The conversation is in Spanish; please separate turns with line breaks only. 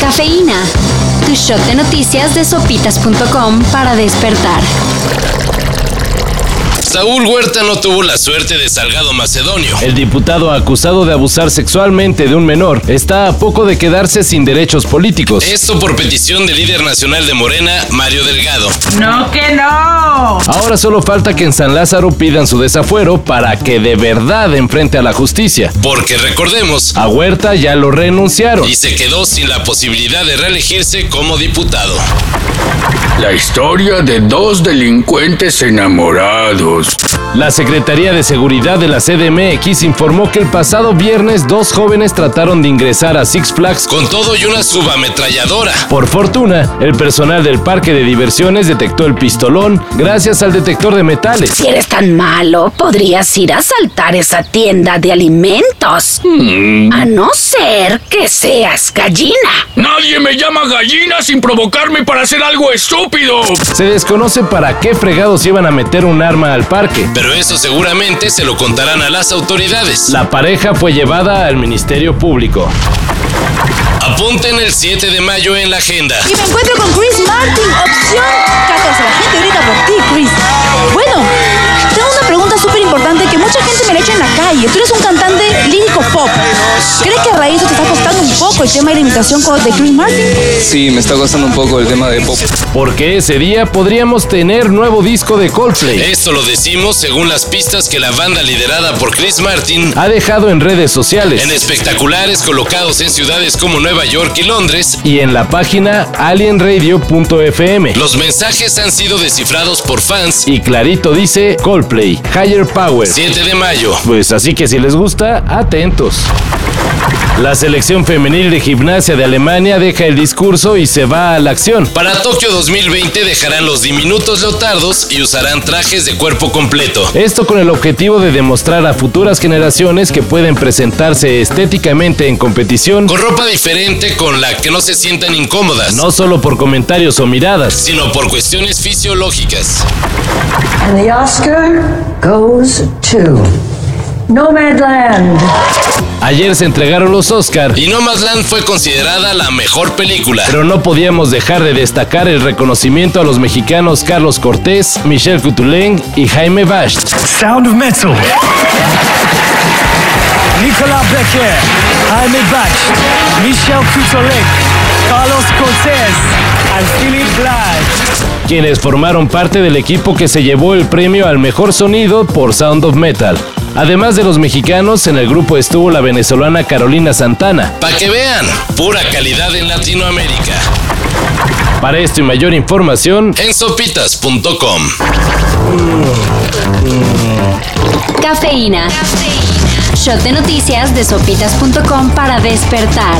Cafeína. Tu shot de noticias de sopitas.com para despertar.
Saúl Huerta no tuvo la suerte de Salgado Macedonio.
El diputado acusado de abusar sexualmente de un menor está a poco de quedarse sin derechos políticos.
Esto por petición del líder nacional de Morena, Mario Delgado.
No que no.
Ahora solo falta que en San Lázaro pidan su desafuero para que de verdad enfrente a la justicia.
Porque recordemos,
A Huerta ya lo renunciaron.
y se quedó sin la posibilidad de reelegirse como diputado.
La historia de dos delincuentes enamorados.
La Secretaría de Seguridad de la CDMX informó que el pasado viernes dos jóvenes trataron de ingresar a Six Flags
Con todo y una subametralladora.
Por fortuna, el personal del parque de diversiones detectó el pistolón gracias al detector de metales.
Si eres tan malo, podrías ir a asaltar esa tienda de alimentos. A no ser que seas gallina.
Nadie me llama gallina sin provocarme para hacer algo estúpido.
Se desconoce para qué fregados iban a meter un arma al parque.
Pero eso seguramente se lo contarán a las autoridades.
La pareja fue llevada al Ministerio Público.
Apunten el 7 de mayo en la agenda.
Y me encuentro con Chris Martin, opción 14. La gente grita por ti, Chris. Bueno, tengo una pregunta súper importante que mucha gente me la echa en la calle. Tú eres un cantante lírico pop. ¿Crees que a raíz de eso te está costando un poco el tema de la imitación con- de Chris Martin?
Sí, me está costando un poco el tema de pop.
Porque ese día podríamos tener nuevo disco de Coldplay.
Esto lo decimos según las pistas que la banda liderada por Chris Martin
Ha dejado en redes sociales
en espectaculares colocados en ciudades como Nueva York y Londres,
y en la página alienradio.fm.
los mensajes han sido descifrados por fans.
Y clarito dice Coldplay, Higher Power.
7 de mayo.
Pues así que si les gusta, atentos. La selección femenil de gimnasia de Alemania deja el discurso y se va a la acción.
Para Tokio 2020 dejarán los diminutos leotardos y usarán trajes de cuerpo completo.
Esto con el objetivo de demostrar a futuras generaciones que pueden presentarse estéticamente en competición,
Con ropa diferente con la que no se sientan incómodas,
no solo por comentarios o miradas.
sino por cuestiones fisiológicas.
And the Oscar goes to Nomadland.
Ayer se entregaron los Oscar,
Y Nomadland fue considerada la mejor película.
pero no podíamos dejar de destacar el reconocimiento a los mexicanos Carlos Cortés, Michel Cutulén y Jaime Bash.
Sound of Metal. Nicolas Becker, Jaime Bach, Michel Kutolek, Carlos Cortés, and Philip Black.
quienes formaron parte del equipo que se llevó el premio al mejor sonido por Sound of Metal. Además de los mexicanos, en el grupo estuvo la venezolana Carolina Santana.
Para que vean, pura calidad en Latinoamérica.
Para esto y mayor información,
En sopitas.com.
Cafeína. Shot de noticias de sopitas.com para despertar.